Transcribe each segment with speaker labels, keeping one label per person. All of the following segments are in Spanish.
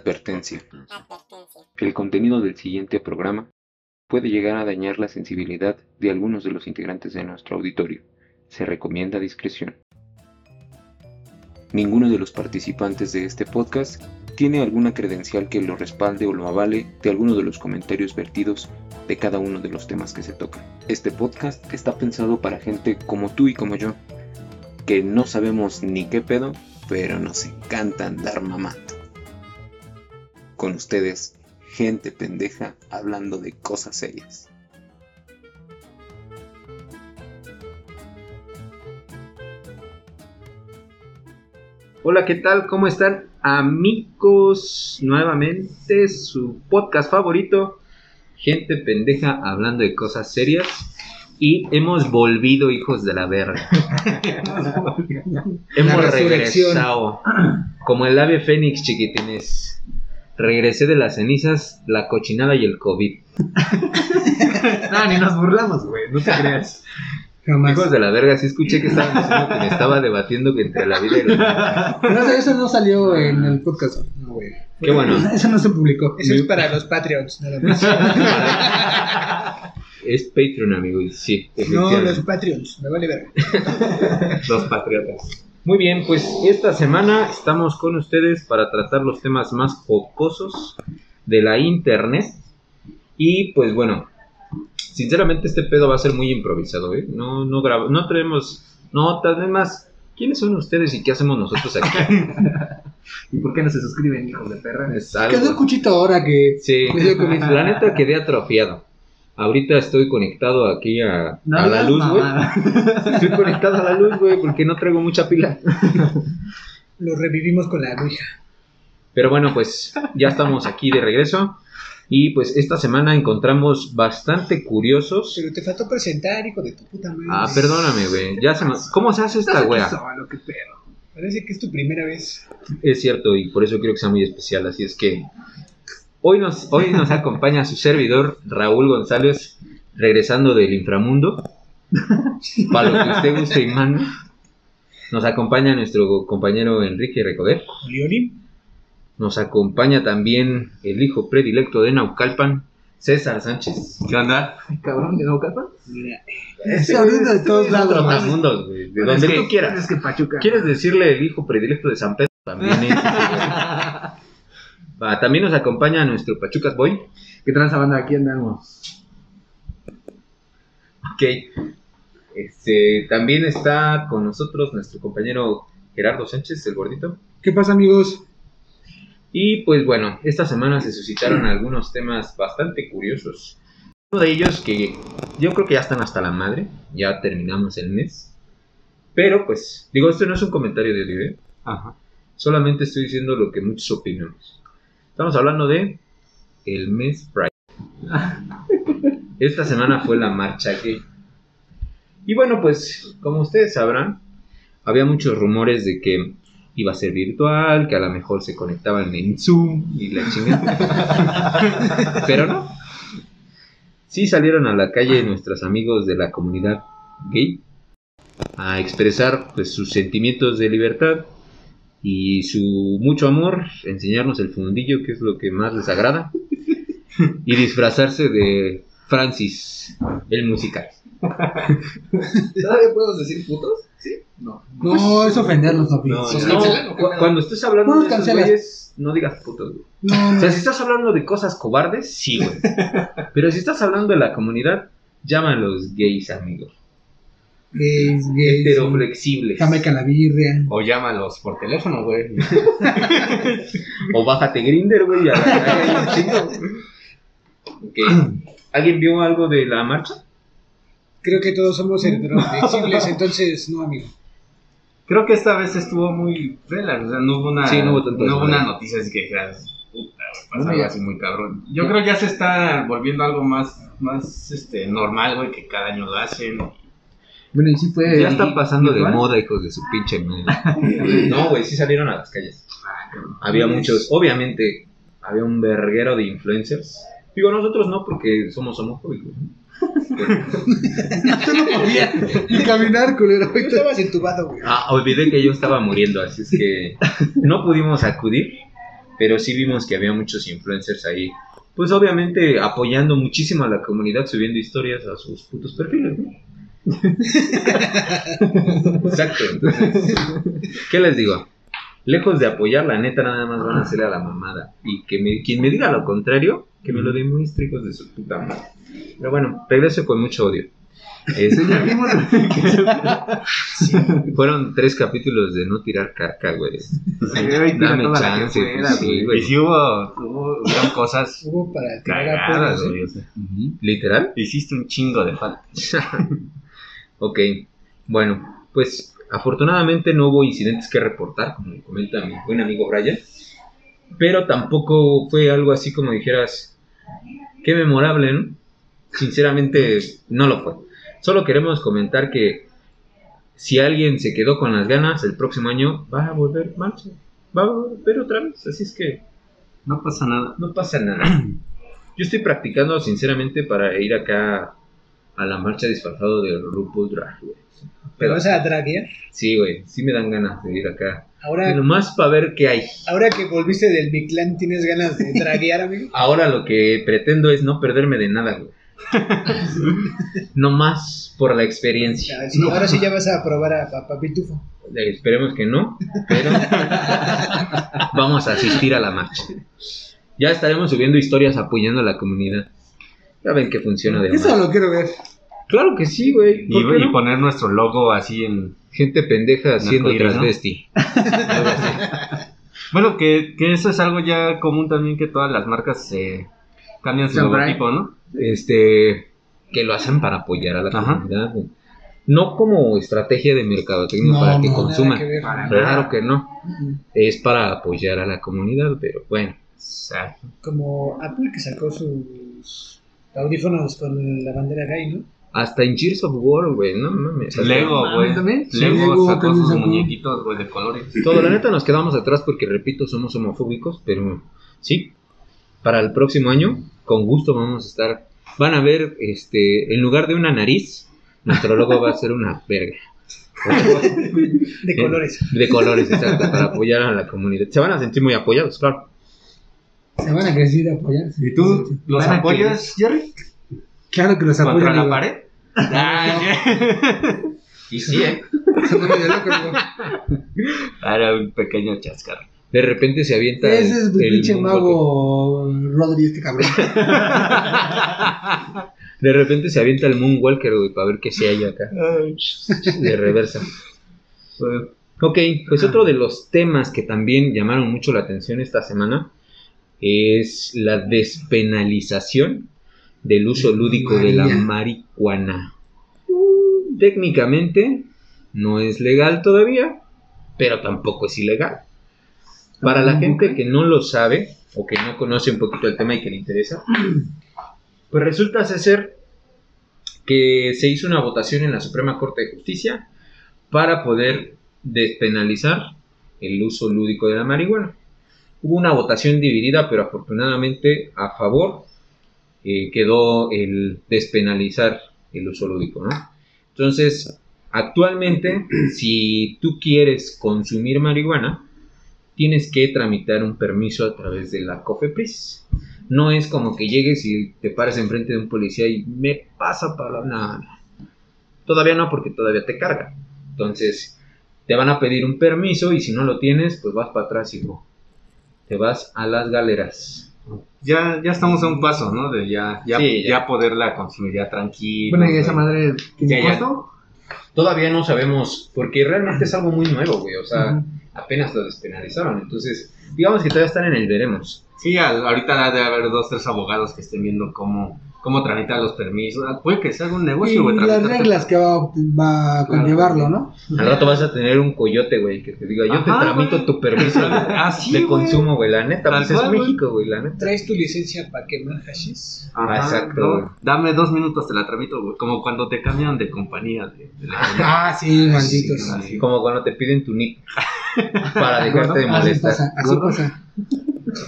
Speaker 1: Advertencia.
Speaker 2: Advertencia.
Speaker 1: El contenido del siguiente programa puede llegar a dañar la sensibilidad de algunos de los integrantes de nuestro auditorio. Se recomienda discreción. Ninguno de los participantes de este podcast tiene alguna credencial que lo respalde o lo avale de alguno de los comentarios vertidos de cada uno de los temas que se tocan. Este podcast está pensado para gente como tú y como yo, que no sabemos ni qué pedo, pero nos encanta andar mamando. Con ustedes, gente pendeja hablando de cosas serias.
Speaker 3: Hola, ¿qué tal? ¿Cómo están, amigos? Nuevamente, su podcast favorito, Gente Pendeja hablando de cosas serias. Y hemos volvido, hijos de la verga. hemos
Speaker 4: resurrección.
Speaker 3: regresado. Como el ave fénix, chiquitines. Regresé de las cenizas, la cochinada y el COVID. no, ni nos burlamos, güey, no te creas.
Speaker 4: Jamás.
Speaker 3: Hijos de la verga, sí escuché que estaban diciendo que me estaba debatiendo que entre la vida y la
Speaker 4: Pero eso, eso no salió en el podcast. No, güey.
Speaker 3: Qué bueno.
Speaker 4: Eso no se publicó.
Speaker 5: Eso es para los Patreons, nada más.
Speaker 3: Es Patreon, amigo, y sí.
Speaker 5: No,
Speaker 3: efectivamente.
Speaker 5: los Patreons, me vale ver.
Speaker 3: los patriotas. Muy bien, pues esta semana estamos con ustedes para tratar los temas más jocosos de la internet. Y pues bueno, sinceramente este pedo va a ser muy improvisado, ¿eh? No, no grab- no traemos notas, es más, ¿quiénes son ustedes y qué hacemos nosotros aquí?
Speaker 6: ¿Y por qué no se suscriben, hijos de perra?
Speaker 3: Es
Speaker 4: Quedó
Speaker 3: algo.
Speaker 4: cuchito ahora que.
Speaker 3: Sí,
Speaker 4: Quedó cuchito.
Speaker 3: la neta quedé atrofiado. Ahorita estoy conectado aquí a, a la luz, güey. Estoy conectado a la luz, güey, porque no traigo mucha pila.
Speaker 5: Lo revivimos con la Ouija.
Speaker 3: Pero bueno, pues ya estamos aquí de regreso. Y pues esta semana encontramos bastante curiosos.
Speaker 5: Pero te faltó presentar, hijo de tu puta madre.
Speaker 3: Ah, perdóname, güey. Ya se me- ¿Cómo se hace esta wea?
Speaker 6: Solo, qué pedo.
Speaker 5: Parece que es tu primera vez.
Speaker 3: Es cierto, y por eso quiero que sea muy especial. Así es que hoy nos, hoy nos acompaña su servidor, Raúl González, regresando del inframundo. Para lo que usted guste y mande. Nos acompaña nuestro compañero Enrique Recoder.
Speaker 5: Leonin.
Speaker 3: Nos acompaña también el hijo predilecto de Naucalpan, César Sánchez. ¿Qué onda?
Speaker 6: Ay, cabrón, ¿de nuevo capa?
Speaker 5: Mira,
Speaker 4: Se abriendo de todos
Speaker 3: Otro
Speaker 4: lados.
Speaker 3: más mundos, güey, de
Speaker 6: Bueno,
Speaker 3: donde
Speaker 6: es que-
Speaker 3: tú quieras.
Speaker 6: Es que Pachuca.
Speaker 3: ¿Quieres decirle el hijo predilecto de San Pedro? También, eh. Va, también nos acompaña nuestro Pachucas Boy.
Speaker 6: ¿Qué tranza banda? Aquí andamos.
Speaker 3: Ok. Este, también está con nosotros nuestro compañero Gerardo Sánchez, el gordito.
Speaker 4: ¿Qué pasa, amigos?
Speaker 3: Y pues bueno, esta semana se suscitaron algunos temas bastante curiosos. Uno de ellos que yo creo que ya están hasta la madre, ya terminamos el mes. Pero pues, digo, esto no es un comentario de Olive, solamente estoy diciendo lo que muchos opinamos. Estamos hablando de el mes Pride. Esta semana fue la marcha gay. Y bueno, pues, como ustedes sabrán, había muchos rumores de que iba a ser virtual, que a lo mejor se conectaban en Zoom y la chingada. Pero no. Sí salieron a la calle nuestros amigos de la comunidad gay a expresar pues, sus sentimientos de libertad y su mucho amor, enseñarnos el fundillo, que es lo que más les agrada, y disfrazarse de Francis, el musical.
Speaker 6: ¿Todavía podemos decir putos? Sí. No. Pues,
Speaker 4: No, es ofendernos, papi.
Speaker 3: No,
Speaker 4: No,
Speaker 6: ¿Nos
Speaker 3: no,
Speaker 6: cancelan o qué
Speaker 3: cu-
Speaker 6: pedo?
Speaker 3: cuando estés hablando
Speaker 4: No
Speaker 3: de
Speaker 4: nos
Speaker 3: esos
Speaker 4: cancelas.
Speaker 3: güeyes, no digas putos, güey. O
Speaker 4: no.
Speaker 3: sea, si estás hablando de cosas cobardes, sí, güey. Pero si estás hablando de la comunidad, llámalos gays, amigos.
Speaker 4: Gays,
Speaker 6: Este
Speaker 4: gays.
Speaker 3: Heteroflexibles.
Speaker 4: Jamaica la birria.
Speaker 7: O llámalos por teléfono, güey.
Speaker 3: O bájate Grinder, güey. y a la calle, un chingo. Ok. ¿Alguien vio algo de la marcha?
Speaker 5: Creo que todos somos heteroflexibles, entonces no, amigo.
Speaker 7: Creo que esta vez estuvo muy vela, o sea, no hubo una,
Speaker 3: Sí, no hubo tanto
Speaker 7: no hubo
Speaker 3: desmadre.
Speaker 7: una noticia así que dijeras, puta, pasa
Speaker 6: No,
Speaker 7: algo
Speaker 6: ya.
Speaker 7: así muy cabrón. Yo creo ya se está volviendo algo más, más este, normal, güey, que cada año lo hacen.
Speaker 6: Bueno, y sí fue.
Speaker 3: Ya está pasando de
Speaker 6: virtual.
Speaker 3: moda, hijos de su pinche madre. No, güey, sí salieron a las calles. Había muchos, obviamente, había un verguero de influencers. Digo, nosotros no, porque somos homofóbicos. ¿no?
Speaker 4: Yo no podía ni caminar, culero.
Speaker 5: Hoy estabas entubado, güey.
Speaker 3: Ah, olvidé que yo estaba muriendo, así es que no pudimos acudir. Pero sí vimos que había muchos influencers ahí. Pues obviamente apoyando muchísimo a la comunidad, subiendo historias a sus putos perfiles, ¿no? Exacto. Entonces, ¿qué les digo? Lejos de apoyar, la neta nada más van a hacerle a la mamada. Y que me- quien me diga lo contrario, que me lo demuestre, hijos de su puta madre. Pero bueno, regreso con mucho odio. Este, fueron tres capítulos de no tirar caca, güey. Dame chance, pues, sí, güey.
Speaker 7: Y si hubo, hubo hubieron cosas
Speaker 5: Hubo para tirar a
Speaker 7: cagadas,
Speaker 5: puros,
Speaker 7: güey. o sea,
Speaker 3: ¿Literal?
Speaker 7: hiciste un chingo de falta.
Speaker 3: Ok. Bueno, pues afortunadamente no hubo incidentes que reportar, como comenta mi buen amigo Brian. Pero tampoco fue algo así como dijeras, qué memorable, ¿no? Sinceramente, no lo fue. Solo queremos comentar que si alguien se quedó con las ganas, el próximo año va a volver marcha. Va a volver otra vez. Así es que
Speaker 7: No pasa nada.
Speaker 3: No pasa nada. Yo estoy practicando, sinceramente, para ir acá a la marcha disfrazado de RuPaul Drag, güey.
Speaker 5: ¿Te vas a draguear?
Speaker 3: Sí, güey, sí me dan ganas de ir acá.
Speaker 5: Ahora,
Speaker 3: Nomás para ver qué hay.
Speaker 5: ahora que volviste del Mictlán, ¿tienes ganas de draguear, amigo?
Speaker 3: Ahora lo que pretendo es no perderme de nada, güey. Nomás por la experiencia.
Speaker 5: Ya, sí, Ahora sí ya vas a probar a Papá Pitufo.
Speaker 3: Eh, Esperemos que no, pero vamos a asistir a la marcha. Ya estaremos subiendo historias apoyando a la comunidad. Ya ven que funciona de
Speaker 4: Eso
Speaker 3: maravilla.
Speaker 4: lo quiero ver.
Speaker 3: Claro que sí, güey.
Speaker 7: Y,
Speaker 3: ¿por qué
Speaker 7: y
Speaker 3: no?
Speaker 7: poner nuestro logo así en.
Speaker 3: Gente pendeja siendo
Speaker 7: Narcoíris, ¿no?
Speaker 3: transvesti. Algo así.
Speaker 7: Bueno, que, que eso es algo ya común también que todas las marcas eh, cambian su
Speaker 6: Samurai.
Speaker 7: logotipo, ¿no?
Speaker 3: Este, que lo hacen para apoyar a la
Speaker 7: Ajá.
Speaker 3: comunidad. güey. No como estrategia de mercadotecnia para que
Speaker 5: nada
Speaker 3: consuman.
Speaker 5: que ver.
Speaker 3: Claro que no. Es para apoyar a la comunidad, pero bueno.
Speaker 7: Exacto.
Speaker 5: Como Apple que sacó sus audífonos con la bandera gay, ¿no?
Speaker 3: Hasta en Gears of War, güey, no mames. Hasta-
Speaker 7: Lego, güey.
Speaker 6: ¿También?
Speaker 4: Sí,
Speaker 7: Lego
Speaker 4: Lego
Speaker 7: sacó
Speaker 4: también
Speaker 7: sus
Speaker 4: sacó.
Speaker 7: muñequitos, güey, de colores.
Speaker 3: Todo, la neta nos quedamos atrás porque, repito, somos homofóbicos, pero sí, para el próximo año, con gusto vamos a estar. Van a ver, este, en lugar de una nariz, nuestro logo va a ser una verga.
Speaker 5: De
Speaker 3: Bien.
Speaker 5: colores.
Speaker 3: De colores, exacto, para apoyar a la comunidad. Se van a sentir muy apoyados, claro.
Speaker 4: Se van a decir apoyarse.
Speaker 7: ¿Y tú los
Speaker 6: Van a
Speaker 7: apoyas, Jerry?
Speaker 4: Claro que los apoyo.
Speaker 7: ¿Contra la
Speaker 4: amigo.
Speaker 7: pared? Ah,
Speaker 3: Y sí, ¿eh?
Speaker 4: Se pone de loco, amigo.
Speaker 7: Ah, Era un pequeño chascarro.
Speaker 3: De repente se avienta.
Speaker 4: Ese es
Speaker 3: el- el
Speaker 4: pinche
Speaker 3: mundo
Speaker 4: mago Rodri, este cabrón.
Speaker 3: que- De repente se avienta el Moonwalker, güey, para ver qué se halla acá. De reversa. Ok, pues otro de los temas que también llamaron mucho la atención esta semana es la despenalización del uso lúdico de la
Speaker 4: María.
Speaker 3: marihuana. Técnicamente no es legal todavía, pero tampoco es ilegal. Para la gente que no lo sabe o que no conoce un poquito el tema y que le interesa, pues resulta ser que se hizo una votación en la Suprema Corte de Justicia para poder despenalizar el uso lúdico de la marihuana. Hubo una votación dividida, pero afortunadamente a favor eh, quedó el despenalizar el uso lúdico, ¿no? Entonces, actualmente, si tú quieres consumir marihuana, tienes que tramitar un permiso a través de la COFEPRIS. No es como que llegues y te pares enfrente de un policía y me pasa para nada. Todavía no, porque todavía te carga. Entonces, te van a pedir un permiso y si no lo tienes, pues vas para atrás, hijo. Te vas a las galeras.
Speaker 7: Ya, ya estamos a un paso, ¿no? De ya, ya,
Speaker 3: Sí, ya.
Speaker 7: ya poderla consumir ya tranquilo.
Speaker 6: Bueno, y
Speaker 7: güey.
Speaker 6: esa madre
Speaker 7: Ya,
Speaker 6: tiene
Speaker 7: ya.
Speaker 6: costo.
Speaker 3: Todavía no sabemos, porque realmente es algo muy nuevo, güey. O
Speaker 7: Ah.
Speaker 3: sea, apenas lo despenalizaron. Entonces, digamos que todavía están en el veremos.
Speaker 7: Sí, al- ahorita ha de haber dos, tres abogados que estén viendo cómo, cómo tramitar los permisos. Ah, Puede que sea algún
Speaker 4: Y
Speaker 7: negocio, güey.
Speaker 4: las
Speaker 7: tramitar-
Speaker 4: reglas que va, va a conllevarlo, ¿no?
Speaker 3: Al rato vas a tener un coyote, güey, que te diga, yo te
Speaker 7: Ajá,
Speaker 3: tramito
Speaker 7: güey.
Speaker 3: tu permiso de,
Speaker 7: Ah, sí,
Speaker 3: de
Speaker 7: güey.
Speaker 3: consumo, güey. La neta,
Speaker 7: Tal
Speaker 3: pues es
Speaker 7: cual, güey.
Speaker 3: México, güey, la neta.
Speaker 5: ¿Traes tu licencia para quemar hashis?
Speaker 7: Ajá,
Speaker 3: Ah, exacto,
Speaker 7: no,
Speaker 3: güey.
Speaker 7: dame dos minutos, te la tramito, güey. Como cuando te cambian de compañía. de- de la-
Speaker 4: Ah, sí, malditos.
Speaker 7: Sí, Ah, así.
Speaker 3: Como cuando te piden tu nick para dejarte de
Speaker 4: así
Speaker 3: molestar.
Speaker 4: pasa, así pasa.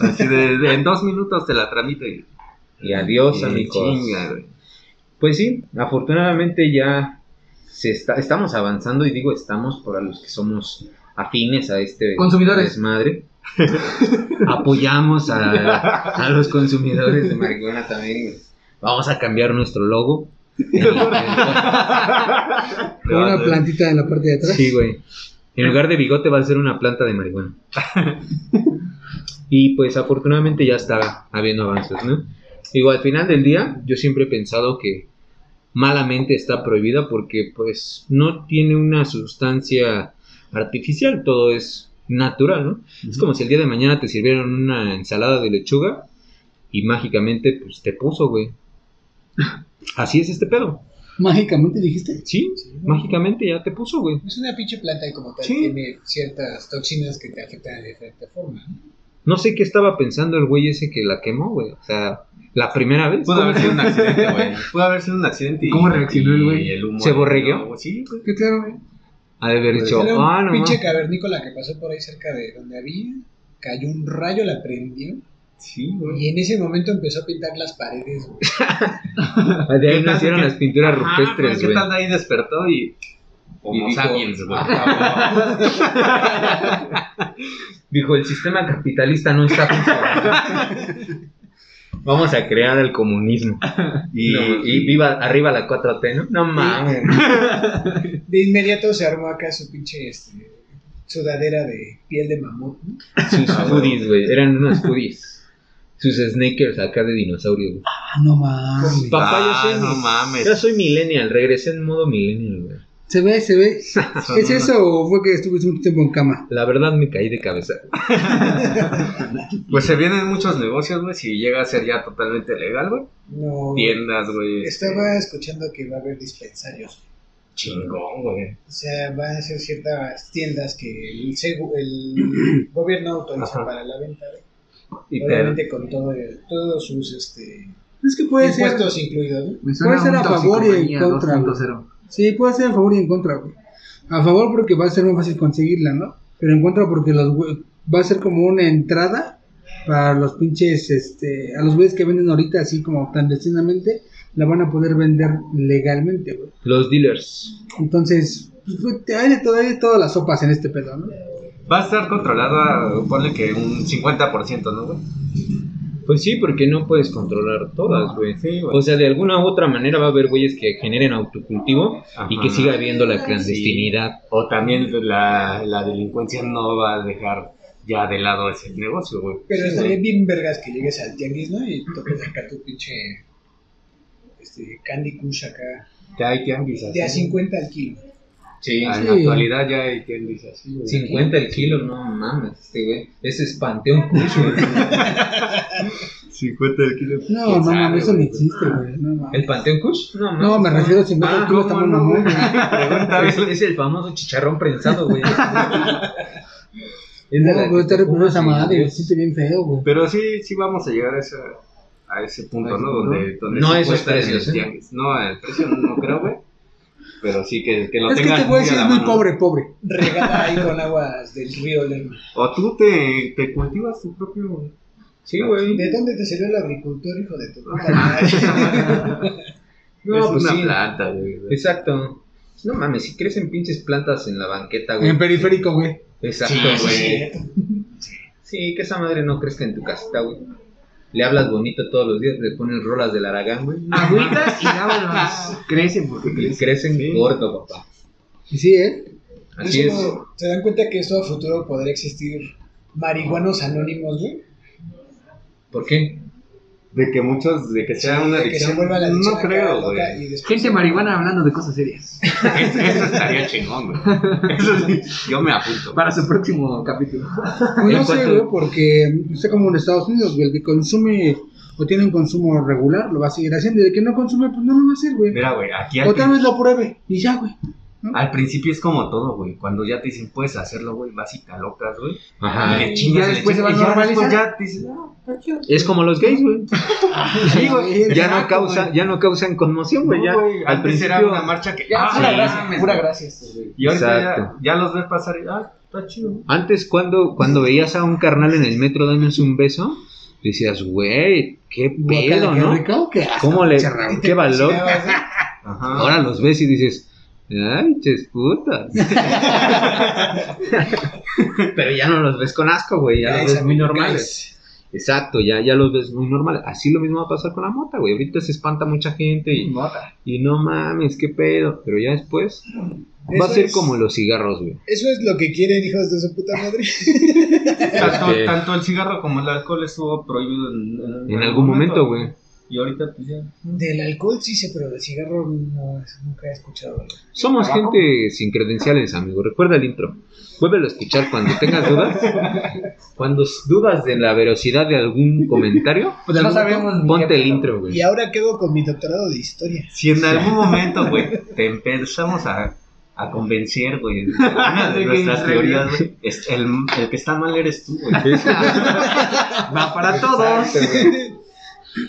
Speaker 7: Así de, de- en dos minutos te la tramito y,
Speaker 3: Y adiós,
Speaker 7: y
Speaker 3: amigos.
Speaker 7: chinga, güey.
Speaker 3: Pues sí, afortunadamente ya se está, estamos avanzando y digo estamos para los que somos afines a este
Speaker 6: Consumidores.
Speaker 3: desmadre. apoyamos a, a los consumidores de marihuana también. y Vamos a cambiar nuestro logo.
Speaker 4: Con una plantita en la parte de atrás.
Speaker 3: Sí, güey. En lugar de bigote va a ser una planta de marihuana. y pues afortunadamente ya está habiendo avances, ¿no? Digo, al final del día yo siempre he pensado que malamente está prohibida porque pues no tiene una sustancia artificial, todo es natural, ¿no? Es como si el día de mañana te sirvieran una ensalada de lechuga y mágicamente pues te puso, güey. Así es este pedo.
Speaker 4: Mágicamente dijiste.
Speaker 3: Sí, mágicamente ya te puso, güey.
Speaker 5: Es una pinche planta y como tal
Speaker 3: Sí.
Speaker 5: tiene ciertas toxinas que te afectan de diferente forma. ¿no?
Speaker 3: No sé qué estaba pensando el güey ese que la quemó, güey. O sea, la primera vez.
Speaker 7: Pudo haber sido un accidente, güey. Pudo haber sido un accidente. y-
Speaker 6: ¿Cómo reaccionó el güey?
Speaker 7: y el humo
Speaker 3: ¿Se
Speaker 7: ahí,
Speaker 3: borregueó?
Speaker 7: ¿no? Sí, güey.
Speaker 4: ¿Qué te güey?
Speaker 3: Ha de haber dicho,
Speaker 5: Pues Era un
Speaker 3: ah, no.
Speaker 5: pinche
Speaker 3: mames".
Speaker 5: cavernícola que pasó por ahí cerca de donde había, cayó un rayo, la prendió
Speaker 7: Sí, güey.
Speaker 5: y en ese momento empezó a pintar las paredes. güey.
Speaker 3: De ahí
Speaker 7: ¿Qué tal
Speaker 3: nacieron
Speaker 7: que-
Speaker 3: las pinturas
Speaker 7: Ajá,
Speaker 3: rupestres,
Speaker 7: ¿Qué
Speaker 3: güey.
Speaker 7: tal de ahí despertó y. "Ah,
Speaker 1: Y
Speaker 7: Homo
Speaker 1: dijo,
Speaker 7: sapiens, güey.
Speaker 3: Dijo, el sistema capitalista no está funcionando. Vamos a crear el comunismo. Y,
Speaker 7: No.
Speaker 3: y viva arriba la 4T, ¿no? No mames.
Speaker 5: De inmediato se armó acá su pinche este, sudadera de piel de mamut. ¿no?
Speaker 3: Sus
Speaker 7: Ah,
Speaker 3: hoodies, güey. Eran unos hoodies. Sus sneakers acá de dinosaurio, güey.
Speaker 4: Ah, no mames.
Speaker 3: Papá, yo
Speaker 7: Ah,
Speaker 3: soy
Speaker 7: no
Speaker 3: mi-
Speaker 7: mames.
Speaker 3: Ya soy millennial, regresé en modo millennial, güey.
Speaker 4: Se ve, se ve.
Speaker 7: Son
Speaker 4: ¿Es
Speaker 7: unos-
Speaker 4: eso o fue que estuviste mucho tiempo en cama?
Speaker 3: La verdad me caí de cabeza.
Speaker 7: Pues se vienen muchos negocios, güey. Si llega a ser ya totalmente legal, güey.
Speaker 5: No,
Speaker 7: Tiendas, güey. este,
Speaker 5: estaba escuchando que va a haber dispensarios.
Speaker 7: Chingón, güey.
Speaker 5: O sea, van a ser ciertas tiendas que el, segu- el gobierno autoriza
Speaker 7: Ajá.
Speaker 5: para la venta. ¿eh?
Speaker 7: Y te-
Speaker 5: Obviamente con todo, el- todos sus este,
Speaker 4: Es que puede ser.
Speaker 5: impuestos incluidos. ¿no?
Speaker 6: Me suena
Speaker 4: Puede ser
Speaker 6: un
Speaker 4: a favor y en
Speaker 6: toxicomanía
Speaker 4: contra, güey.
Speaker 6: 2.0.
Speaker 4: Sí, puede ser a favor y en contra, güey. A favor porque va a ser más fácil conseguirla, ¿no? Pero en contra porque los güey- va a ser como una entrada para los pinches, este, a los güeyes que venden ahorita así como clandestinamente, la van a poder vender legalmente, güey.
Speaker 3: Los dealers.
Speaker 4: Entonces, pues, güey, te- hay de, todo, hay de todas las sopas en este pedo, ¿no?
Speaker 7: Va a estar controlada, ponle que un 50%, ¿no, güey?
Speaker 3: Pues sí, porque no puedes controlar todas, güey. Pues,
Speaker 7: Sí, güey.
Speaker 3: O sea, de alguna u otra manera va a haber güeyes que generen autocultivo y
Speaker 7: Ajá.
Speaker 3: que siga habiendo la clandestinidad.
Speaker 7: O también la, la delincuencia no va a dejar ya de lado ese negocio, güey.
Speaker 5: Pero
Speaker 7: Sí,
Speaker 5: estaría
Speaker 7: güey.
Speaker 5: bien vergas que llegues al tianguis, ¿no? Y toques acá tu pinche este, Candy Kush acá.
Speaker 7: Ya hay tianguis así.
Speaker 5: De a 50 al kilo.
Speaker 3: Sí,
Speaker 7: Ah, En la
Speaker 4: Sí.
Speaker 7: actualidad ya hay tianguis así, güey.
Speaker 3: 50 el kilo, no mames, este güey. Ese es panteón cucho, güey.
Speaker 7: 50 del kilo.
Speaker 4: No,
Speaker 7: ¿Quién
Speaker 4: no
Speaker 7: sabe,
Speaker 4: mames, eso
Speaker 7: güey?
Speaker 4: ni existe, güey. No mames.
Speaker 3: ¿El panteón kush? No, mames.
Speaker 4: No, me refiero a 50
Speaker 3: Ah,
Speaker 4: el kilo, está
Speaker 3: ¿cómo
Speaker 4: muy
Speaker 3: no,
Speaker 4: mamón,
Speaker 3: güey?
Speaker 4: güey.
Speaker 7: Pregunta,
Speaker 3: Es,
Speaker 7: güey.
Speaker 3: es el famoso chicharrón prensado, güey. Es
Speaker 4: No,
Speaker 3: la
Speaker 4: güey,
Speaker 3: que
Speaker 4: está
Speaker 3: te
Speaker 4: reprimido esa
Speaker 3: comes y
Speaker 4: madre,
Speaker 3: adiós.
Speaker 4: se siente bien feo, güey.
Speaker 7: Pero sí, sí vamos a llegar a, esa- a ese punto, ¿no? Donde, donde
Speaker 3: No
Speaker 7: se
Speaker 3: a esos
Speaker 7: cuestan
Speaker 3: precios,
Speaker 7: los
Speaker 3: ¿eh?
Speaker 7: tianguis. No, el precio no creo, güey. Pero sí que, que lo
Speaker 4: Es que
Speaker 7: tengan
Speaker 4: este güey
Speaker 7: a
Speaker 4: sí
Speaker 7: la
Speaker 4: es muy
Speaker 7: mano.
Speaker 4: pobre, pobre.
Speaker 5: Regada ahí con aguas del río Lerma.
Speaker 7: O tú te, te cultivas tu propio...
Speaker 3: Sí, güey.
Speaker 5: ¿De dónde te salió el agricultor, hijo de tu puta madre?
Speaker 3: No,
Speaker 7: es
Speaker 3: pues
Speaker 7: una
Speaker 3: sí.
Speaker 7: planta, güey.
Speaker 3: Exacto. No mames, si crecen pinches plantas en la banqueta, güey.
Speaker 4: En periférico, güey.
Speaker 3: Exacto,
Speaker 7: Sí,
Speaker 3: güey.
Speaker 7: güey.
Speaker 3: Sí, que esa madre no crezca en tu casita, güey. Le hablas bonito todos los días, le pones rolas del Aragán, güey.
Speaker 6: Agüitas y vámonos.
Speaker 7: Crecen porque
Speaker 3: Y crecen
Speaker 7: Sí.
Speaker 3: gordo, papá.
Speaker 4: Y Sí, ¿eh?
Speaker 3: Así es.
Speaker 5: Eso, ¿Se dan cuenta que esto a futuro podría existir marihuanos anónimos, güey?
Speaker 3: ¿Por qué?
Speaker 7: De que muchos, de que sea una
Speaker 5: De que se
Speaker 7: adicción.
Speaker 5: vuelva la adicción
Speaker 7: no
Speaker 5: acá
Speaker 7: creo,
Speaker 5: loca
Speaker 7: güey.
Speaker 5: y después-
Speaker 6: Gente marihuana hablando de cosas serias.
Speaker 7: Es- Eso estaría chingón, güey. Eso sí, yo me apunto.
Speaker 6: Para su próximo capítulo.
Speaker 4: Pues no
Speaker 3: En
Speaker 4: sé,
Speaker 3: cuanto-
Speaker 4: güey, porque está como en Estados Unidos, güey, el que consume o tiene un consumo regular lo va a seguir haciendo, y el que no consume, pues no lo va a hacer, güey.
Speaker 7: Mira, güey, aquí al,
Speaker 4: O tal vez lo pruebe y ya, güey.
Speaker 7: al principio es como todo, güey. Cuando ya te dicen puedes hacerlo, güey, vas y te alocas, güey.
Speaker 3: Ajá.
Speaker 7: Ah, Y le chingas,
Speaker 6: ya
Speaker 7: le
Speaker 6: después se va
Speaker 7: chingas, y ya
Speaker 6: normalizando.
Speaker 7: después ya te dicen, "Ah, no,
Speaker 3: Es como los gays, güey. Sí, güey. Ya no
Speaker 4: Exacto,
Speaker 3: causan, ya no causan conmoción, güey. Ya
Speaker 7: no, güey.
Speaker 3: al
Speaker 7: Antes era
Speaker 3: principio.
Speaker 7: una marcha que.
Speaker 6: Ya,
Speaker 7: Ah,
Speaker 6: pura
Speaker 7: sí,
Speaker 6: gracia,
Speaker 7: mames,
Speaker 6: pura
Speaker 7: güey.
Speaker 6: gracias.
Speaker 7: Y ahorita ya,
Speaker 3: Exacto.
Speaker 7: ya los ves pasar y, ah, está chido.
Speaker 3: Antes cuando, cuando veías a un carnal en el metro dándose un beso, decías, güey, qué pedo,
Speaker 4: Guacala, qué
Speaker 3: ¿no?
Speaker 4: rico, qué asco,
Speaker 3: ¿Cómo le,
Speaker 4: pinche rabo.
Speaker 3: qué valor?
Speaker 5: Sí,
Speaker 7: Ajá.
Speaker 3: Ahora los ves y dices, Ay, ches putas. Pero ya no los ves con asco, güey. Ya,
Speaker 5: Ya
Speaker 3: los
Speaker 5: es
Speaker 3: ves muy
Speaker 5: amigo,
Speaker 3: normales. Exacto, ya, ya los ves muy normales. Así lo mismo va a pasar con la mota, güey. Ahorita se espanta mucha gente y,
Speaker 6: Mota.
Speaker 3: y no mames, qué pedo. Pero ya después va a
Speaker 5: Eso
Speaker 3: ser
Speaker 5: es-
Speaker 3: como los cigarros, güey.
Speaker 5: Eso es lo que quieren, hijos de su puta madre.
Speaker 7: Tanto,
Speaker 3: Este-
Speaker 7: tanto el cigarro como el alcohol estuvo prohibido en,
Speaker 3: En algún momento, güey.
Speaker 7: Y ahorita, pues ya.
Speaker 5: Del alcohol sí sé, pero del cigarro no, nunca he escuchado.
Speaker 3: Somos
Speaker 7: ¿Trabajo?
Speaker 3: gente sin credenciales, amigo. Recuerda el intro. Vuélvelo a escuchar cuando tengas dudas. Cuando s- dudas de la veracidad de algún comentario,
Speaker 6: Pues no sabemos ni
Speaker 3: ponte
Speaker 6: qué
Speaker 3: el
Speaker 6: pedo.
Speaker 3: intro, güey.
Speaker 5: Y ahora quedo con mi doctorado de historia.
Speaker 7: Si en algún momento, güey, te empezamos a, a convencer, güey, de algunas de
Speaker 6: De que
Speaker 7: nuestras
Speaker 6: en
Speaker 7: teorías, güey, es- el, el que está mal eres tú, güey. Va para todos.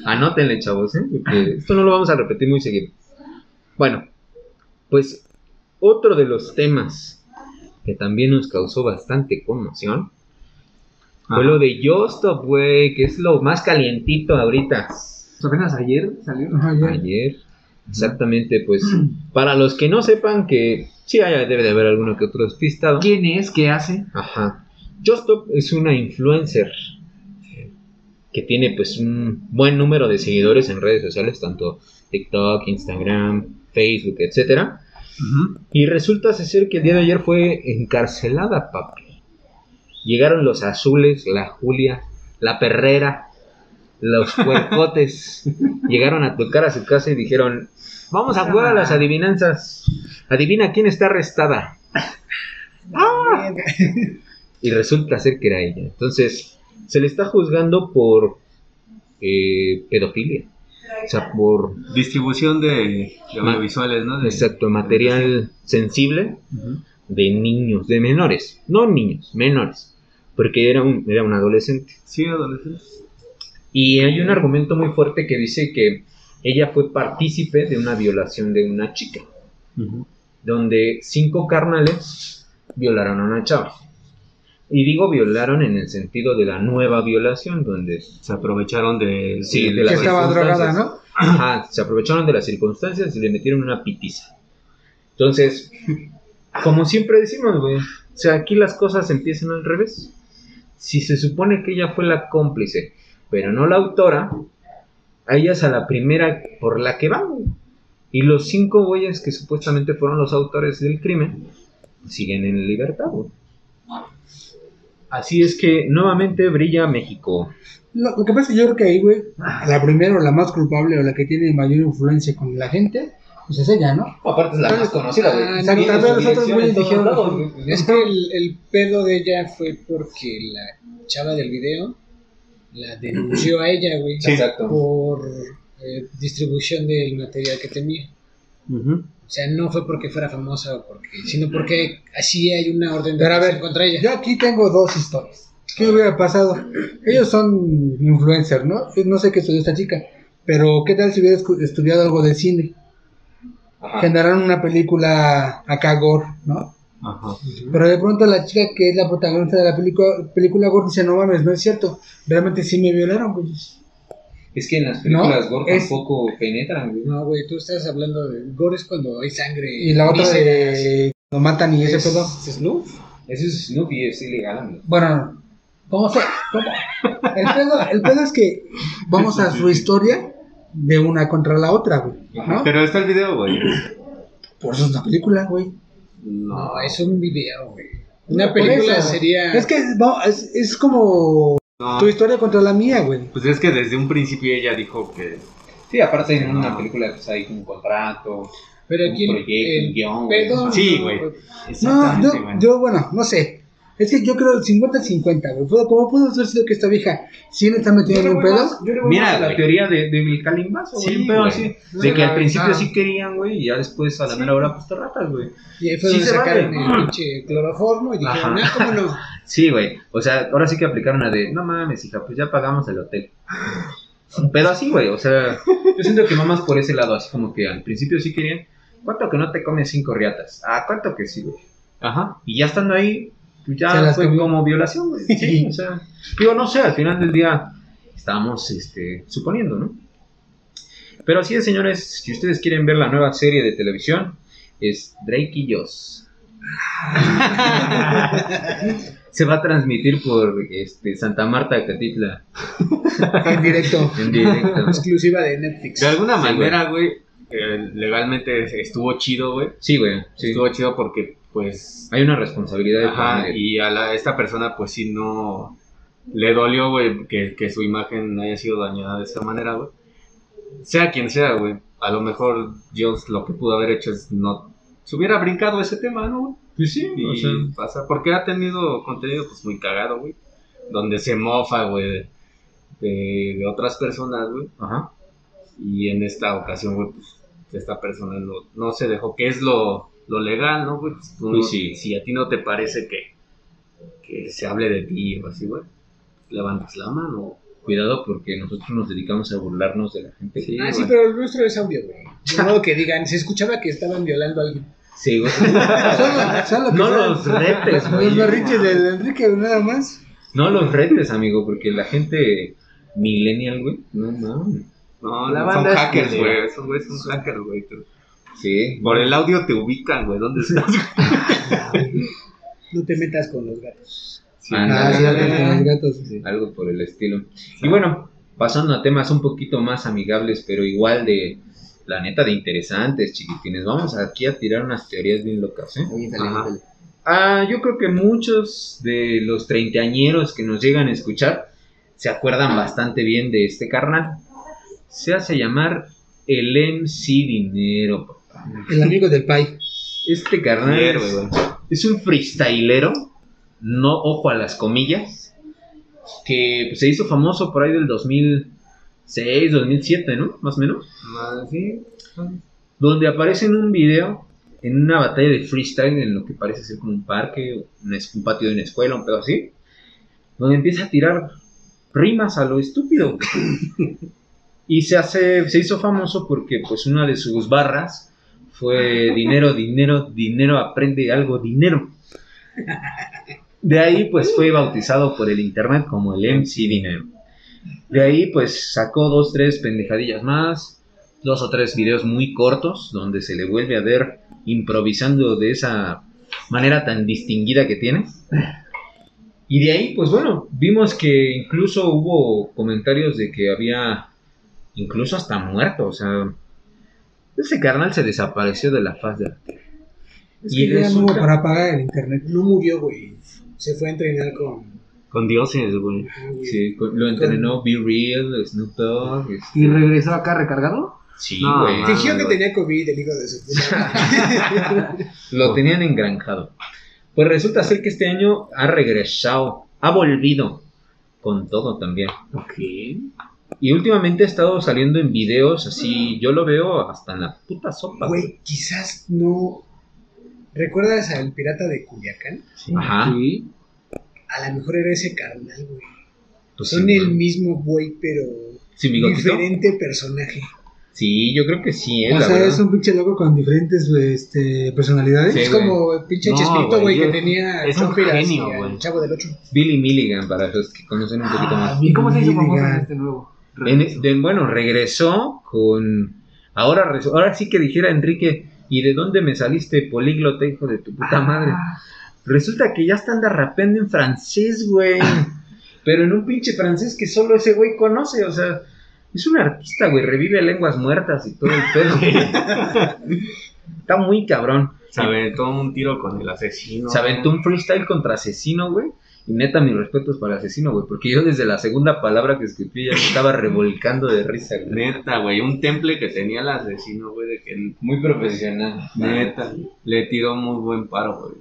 Speaker 3: Anótenle, chavos, ¿eh? Porque esto no lo vamos a repetir muy seguido. Bueno, pues otro de los temas que también nos causó bastante conmoción fue lo de Yostop, güey, que es lo más calientito ahorita.
Speaker 6: Pues Apenas ayer salió.
Speaker 4: Ajá, ya.
Speaker 3: Ayer. Exactamente, pues para los que no sepan que sí hay- debe de haber alguno que otro despistado.
Speaker 6: ¿Quién es? ¿Qué hace?
Speaker 3: Ajá. Justop es una influencer eh, que tiene pues un buen número de seguidores en redes sociales, tanto TikTok, Instagram, Facebook, etcétera. Y resulta ser que el día de ayer fue encarcelada, papi. Llegaron los azules, la Julia, la perrera, los puercotes. llegaron a tocar a su casa y dijeron, vamos a jugar a las adivinanzas. Adivina quién está arrestada. Y resulta ser que era ella. Entonces, se le está juzgando por eh, pedofilia. O sea, por
Speaker 7: Distribución de, de
Speaker 3: Ma-
Speaker 7: audiovisuales, ¿no? De-
Speaker 3: exacto material sensible
Speaker 7: Ujú.
Speaker 3: de niños, de menores. No niños, menores. Porque era un, era un adolescente.
Speaker 7: Sí, adolescentes.
Speaker 3: Y hay un argumento muy fuerte que dice que ella fue partícipe de una violación de una chica. Donde cinco carnales violaron a una chava. Y digo violaron en el sentido de la nueva violación, donde
Speaker 7: Se aprovecharon de...
Speaker 3: Sí,
Speaker 7: de
Speaker 3: de
Speaker 4: Que
Speaker 3: las
Speaker 4: estaba
Speaker 3: circunstancias.
Speaker 4: drogada, ¿no?
Speaker 3: Ajá, Ah, se aprovecharon de las circunstancias y le metieron una pitiza. Entonces, como siempre decimos, güey, o sea, aquí las cosas empiezan al revés. Si se supone que ella fue la cómplice, pero no la autora, a ella es a la primera por la que van, güey. Y los cinco güeyes que supuestamente fueron los autores del crimen siguen en libertad, güey. Así es que nuevamente brilla México.
Speaker 4: Lo, lo que pasa es que yo creo que ahí, güey, la primera o la más culpable o la que tiene mayor influencia con la gente, pues es ella, ¿no?
Speaker 3: Aparte es la más conocida, güey.
Speaker 4: Ah, no, tal vez los otros güeyes dijeron,
Speaker 5: Es que el, el pedo de ella fue porque la chava del video la denunció a ella, güey.
Speaker 3: Exacto.
Speaker 5: Por eh, distribución del material que tenía. O sea, no fue porque fuera famosa o porque, sino porque así hay una orden de
Speaker 4: Pero a ver,
Speaker 5: protección contra ella.
Speaker 4: Yo aquí tengo dos historias. ¿Qué hubiera pasado? Ellos son influencers, ¿no? Yo No sé qué estudió esta chica, pero ¿qué tal si hubiera escu- estudiado algo de cine? Generaron una película acá gore, ¿no?
Speaker 7: Ajá.
Speaker 4: Pero de pronto la chica que es la protagonista de la película, película gore dice, no mames, no es cierto, realmente sí me violaron, güey.
Speaker 3: Es que en las
Speaker 4: películas
Speaker 3: películas
Speaker 4: gore
Speaker 3: gore
Speaker 4: es-
Speaker 3: tampoco penetran, güey.
Speaker 5: No, güey, tú estás hablando de gore es cuando hay sangre.
Speaker 4: Y la otra
Speaker 5: vísceras.
Speaker 4: de... Lo matan y ese
Speaker 5: es
Speaker 4: pedo.
Speaker 5: snuff.
Speaker 3: Eso es Snoopy, es ilegal, amigo.
Speaker 4: Bueno, ¿cómo se? cómo? El pedo, el pedo es que vamos a su historia de una contra la otra, güey. ¿no?
Speaker 7: Pero está el video, güey.
Speaker 4: Por eso es una película, güey.
Speaker 7: No.
Speaker 5: No, es un video, güey. Una
Speaker 4: Por
Speaker 5: película
Speaker 4: eso.
Speaker 5: sería.
Speaker 4: Es que es, no, es, es como
Speaker 7: No.
Speaker 4: tu historia contra la mía, güey.
Speaker 7: Pues es que desde un principio ella dijo que...
Speaker 3: Sí, aparte en
Speaker 7: No.
Speaker 3: una película pues, hay un contrato,
Speaker 5: Pero
Speaker 3: un
Speaker 5: aquí. el-
Speaker 3: proyecto, un
Speaker 5: el
Speaker 3: guión. güey.
Speaker 5: pedo-
Speaker 7: Sí, güey.
Speaker 4: No,
Speaker 7: Exactamente,
Speaker 4: yo,
Speaker 7: güey.
Speaker 4: yo, bueno, no sé. Es que yo creo el 50-50, güey. Pudo- Como pudo haber sido que esta vieja sí le está metiendo en un pedo.
Speaker 3: Mira,
Speaker 7: más a la
Speaker 3: la teoría de, del calimbazo,
Speaker 7: güey,
Speaker 3: Sí,
Speaker 7: un pedo
Speaker 3: güey.
Speaker 7: así.
Speaker 3: De que
Speaker 6: la
Speaker 3: al principio
Speaker 6: aventaron.
Speaker 3: sí querían, güey, y ya después a la mera hora pues te ratas, güey.
Speaker 5: Y ahí fue
Speaker 3: Sí
Speaker 5: donde
Speaker 3: se
Speaker 5: sacaron
Speaker 3: vale.
Speaker 5: el pinche cloroformo y dijeron,
Speaker 3: Ajá.
Speaker 5: ah, cómo no.
Speaker 3: Sí, güey. O sea, ahora sí que aplicaron la de, no mames, hija, pues ya pagamos el hotel. Un pedo así, güey. O sea, yo siento que va más por ese lado, así como que al principio sí querían. ¿Cuánto que no te comes cinco riatas? Ah, ¿cuánto que sí, güey?
Speaker 7: Ajá.
Speaker 3: Y ya estando ahí, pues
Speaker 4: Se
Speaker 3: ya
Speaker 4: las
Speaker 3: fue
Speaker 4: comió.
Speaker 3: como violación, güey. Sí, o sea, digo, no sé, al final del día estábamos este, suponiendo, ¿no? Pero así es, señores, si ustedes quieren ver la nueva serie de televisión, es Drake y Joss. Se va a transmitir por este, Santa Marta, Catitla,
Speaker 5: En directo.
Speaker 3: en directo.
Speaker 5: Exclusiva de Netflix.
Speaker 7: De alguna
Speaker 3: Sí,
Speaker 7: manera, güey, eh, legalmente estuvo chido, güey.
Speaker 3: Sí, güey. sí.
Speaker 7: Estuvo chido porque, pues,
Speaker 3: Hay una responsabilidad de por
Speaker 7: Ajá,
Speaker 3: medio.
Speaker 7: y a la- esta persona, pues sí, no. Le dolió, güey, que, que su imagen haya sido dañada de esa manera, güey. Sea quien sea, güey. A lo mejor Jones lo que pudo haber hecho es no. Se hubiera brincado ese tema, ¿no, güey?
Speaker 3: Pues sí,
Speaker 7: Y
Speaker 3: o sea,
Speaker 7: pasa. Porque ha tenido contenido, pues muy cagado, güey. Donde se mofa, güey, de, de otras personas, güey.
Speaker 3: ajá.
Speaker 7: Y en esta ocasión, güey, pues esta persona no, no se dejó, que es lo, lo legal, ¿no, güey? Pues, tú
Speaker 3: Pues
Speaker 7: no-
Speaker 3: sí.
Speaker 7: Si a ti no te parece que, que se hable de ti o así, güey, levantas la mano.
Speaker 3: Cuidado porque nosotros nos dedicamos a burlarnos de la gente.
Speaker 7: Sí,
Speaker 5: Ah, sí,
Speaker 7: güey.
Speaker 5: pero el nuestro es audio, güey. De modo que digan, se escuchaba que estaban violando a alguien.
Speaker 3: Sí, güey.
Speaker 4: Solo, solo que
Speaker 3: No
Speaker 4: sea-
Speaker 3: los retes,
Speaker 4: Los
Speaker 3: güey.
Speaker 4: berrinches del Enrique, nada más.
Speaker 3: No los retes, amigo, porque la gente millennial, güey. No mames.
Speaker 7: No, la
Speaker 3: Son
Speaker 7: banda es
Speaker 3: hackers,
Speaker 7: pendeja.
Speaker 3: güey.
Speaker 7: Esos güeyes son hackers, güey. Tú-
Speaker 3: Sí.
Speaker 7: Por el audio te ubican, güey. ¿Dónde estás?
Speaker 5: No te metas con los gatos.
Speaker 4: Ah, sí,
Speaker 3: Ándale.
Speaker 4: con los gatos.
Speaker 3: algo por el estilo. Y bueno, pasando a temas un poquito más amigables, pero igual de, la neta, de interesantes, chiquitines. Vamos aquí a tirar unas teorías bien locas, ¿eh?
Speaker 2: Oye, dale,
Speaker 7: Ajá.
Speaker 2: dale.
Speaker 3: Ah, yo creo que muchos de los treintañeros que nos llegan a escuchar se acuerdan bastante bien de este carnal. Se hace llamar el MC Dinero, papá.
Speaker 4: El amigo del Pai.
Speaker 3: Este carnal
Speaker 7: Dinero,
Speaker 3: es-
Speaker 7: güey.
Speaker 3: es un freestylero, no ojo a las comillas, que pues, se hizo famoso por ahí del 2006, 2007, ¿no? Más o menos.
Speaker 7: No, sí.
Speaker 3: Donde aparece en un video, en una batalla de freestyle, en lo que parece ser como un parque, un, es- un patio de una escuela, un pedo así, donde empieza a tirar rimas a lo estúpido. y se, hace, se hizo famoso porque pues una de sus barras fue dinero, dinero, dinero, aprende algo, dinero. De ahí pues fue bautizado por el internet como el MC Dinero. De ahí pues sacó dos, tres pendejadillas más, dos o tres videos muy cortos donde se le vuelve a ver improvisando de esa manera tan distinguida que tiene. Y de ahí pues bueno, vimos que incluso hubo comentarios de que había incluso hasta muerto, o sea, ese carnal se desapareció de la faz de la tierra.
Speaker 4: Es
Speaker 3: Y
Speaker 4: que ya no hubo
Speaker 3: resulta-
Speaker 4: para pagar el internet.
Speaker 5: No murió, güey. Se fue a entrenar con.
Speaker 7: Con dioses, güey.
Speaker 5: Ah, güey.
Speaker 3: Sí, con- lo entrenó Be Real, Snoop Dogg. este-
Speaker 6: ¿Y regresó acá recargado?
Speaker 3: Sí,
Speaker 7: No,
Speaker 3: güey.
Speaker 7: mames.
Speaker 5: Fingió
Speaker 7: Ah,
Speaker 5: que
Speaker 7: güey.
Speaker 5: tenía COVID, el hijo de su puta madre.
Speaker 3: Lo tenían engranjado. Pues resulta ser que este año ha regresado, ha volvido con todo también.
Speaker 6: Ok.
Speaker 3: Y últimamente ha estado saliendo en videos así, yo lo veo hasta en la puta sopa.
Speaker 5: Güey, quizás no. ¿Recuerdas al pirata de Culiacán?
Speaker 3: Ajá.
Speaker 6: Sí.
Speaker 5: A lo mejor era ese carnal, güey.
Speaker 3: Pues
Speaker 5: Son
Speaker 3: sí,
Speaker 5: el
Speaker 3: ¿no?
Speaker 5: mismo güey, pero.
Speaker 3: Sí, bigotito.
Speaker 5: Diferente personaje.
Speaker 3: Sí, yo creo que sí, eh,
Speaker 4: o
Speaker 3: la
Speaker 4: sea,
Speaker 3: verdad.
Speaker 4: es un pinche loco con diferentes este, personalidades.
Speaker 3: Sí.
Speaker 5: es como el pinche
Speaker 7: No,
Speaker 5: Chespirito,
Speaker 7: güey,
Speaker 5: güey, que
Speaker 7: yo-
Speaker 5: tenía.
Speaker 7: es un
Speaker 5: Chompiras y
Speaker 7: genio,
Speaker 5: al
Speaker 7: güey.
Speaker 5: Chavo del Ocho. Ah,
Speaker 3: Billy Milligan, para los que conocen un
Speaker 4: Ah,
Speaker 3: poquito más.
Speaker 6: ¿Y cómo se hizo
Speaker 4: Billy
Speaker 6: famoso en
Speaker 4: Gunn.
Speaker 6: este nuevo?
Speaker 7: e-
Speaker 3: En- de- bueno, regresó con. Ahora, re- ahora sí que dijera Enrique, ¿y de dónde me saliste, políglota, hijo de tu puta madre? Resulta que ya está anda rapeando en francés, güey. Pero en un pinche francés que solo ese güey conoce, o sea. Es un artista, güey, revive lenguas muertas y todo el pedo. Está muy cabrón.
Speaker 7: Se aventó un tiro con el asesino.
Speaker 3: Se aventó un freestyle contra asesino, güey. Y neta, mis respetos para asesino, güey. Porque yo desde la segunda palabra que escribí ya me estaba revolcando de risa, güey.
Speaker 7: Neta, güey. Un temple que tenía el asesino, güey. De que
Speaker 3: Muy profesional.
Speaker 7: neta le tiró muy buen paro, güey.